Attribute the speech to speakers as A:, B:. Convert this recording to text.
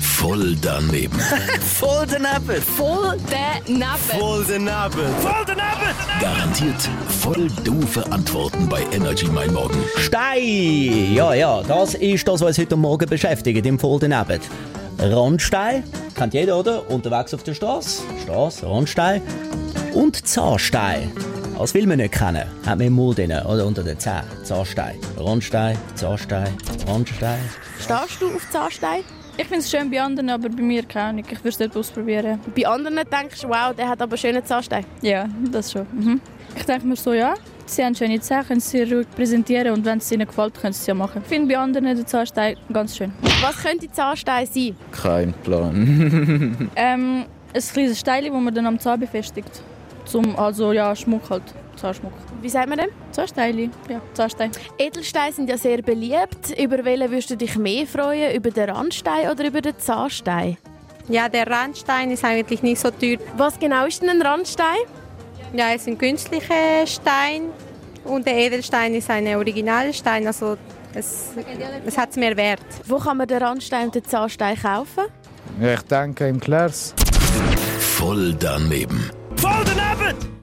A: Voll daneben.
B: Voll daneben.
C: Voll daneben.
B: Voll daneben. Voll daneben.
A: Garantiert voll doofe Antworten bei Energy Mein Morgen.
B: Stein. Ja, ja, das ist das, was uns heute Morgen beschäftigt im Voll daneben. Randstein, kennt jeder, oder? Unterwegs auf der Straße. Straße, Randstein. Und Zahnstein. Das will man nicht kennen. Hat man im Mund drin, oder unter den Zähnen. Zahnstein. Randstein, Zahnstein, Randstein.
C: Stehst du auf Zahnstein?
D: Ich finde es schön bei anderen, aber bei mir keine Ahnung. Ich würde es dort ausprobieren.
C: Bei anderen denkst du, wow, der hat aber schöne Zahnstein.
D: Ja, das schon. Mhm. Ich denke mir so, ja, sie haben schöne Zähne, können sie ruhig präsentieren und wenn es ihnen gefällt, können sie es ja machen. Ich finde bei anderen den Zahnstein ganz schön.
C: Was könnte Zahnstein sein?
E: Kein Plan.
D: Ähm, ein kleines Steil, wo man dann am Zahn befestigt. Zum, also ja, Schmuck halt. Zahnschmuck.
C: Wie sagt man denn?
D: Zahnsteil, ja, Zahnstein.
C: Edelsteine sind ja sehr beliebt. Über welchen würdest du dich mehr freuen? Über den Randstein oder über den Zahnstein?
F: Ja, der Randstein ist eigentlich nicht so teuer.
C: Was genau ist denn ein Randstein?
F: Ja, es sind künstliche Steine und der Edelstein ist ein Originalstein, also es, es hat mehr Wert.
C: Wo kann man den Randstein und den Zahnstein kaufen?
E: Ja, ich denke im Klers.
A: Voll daneben.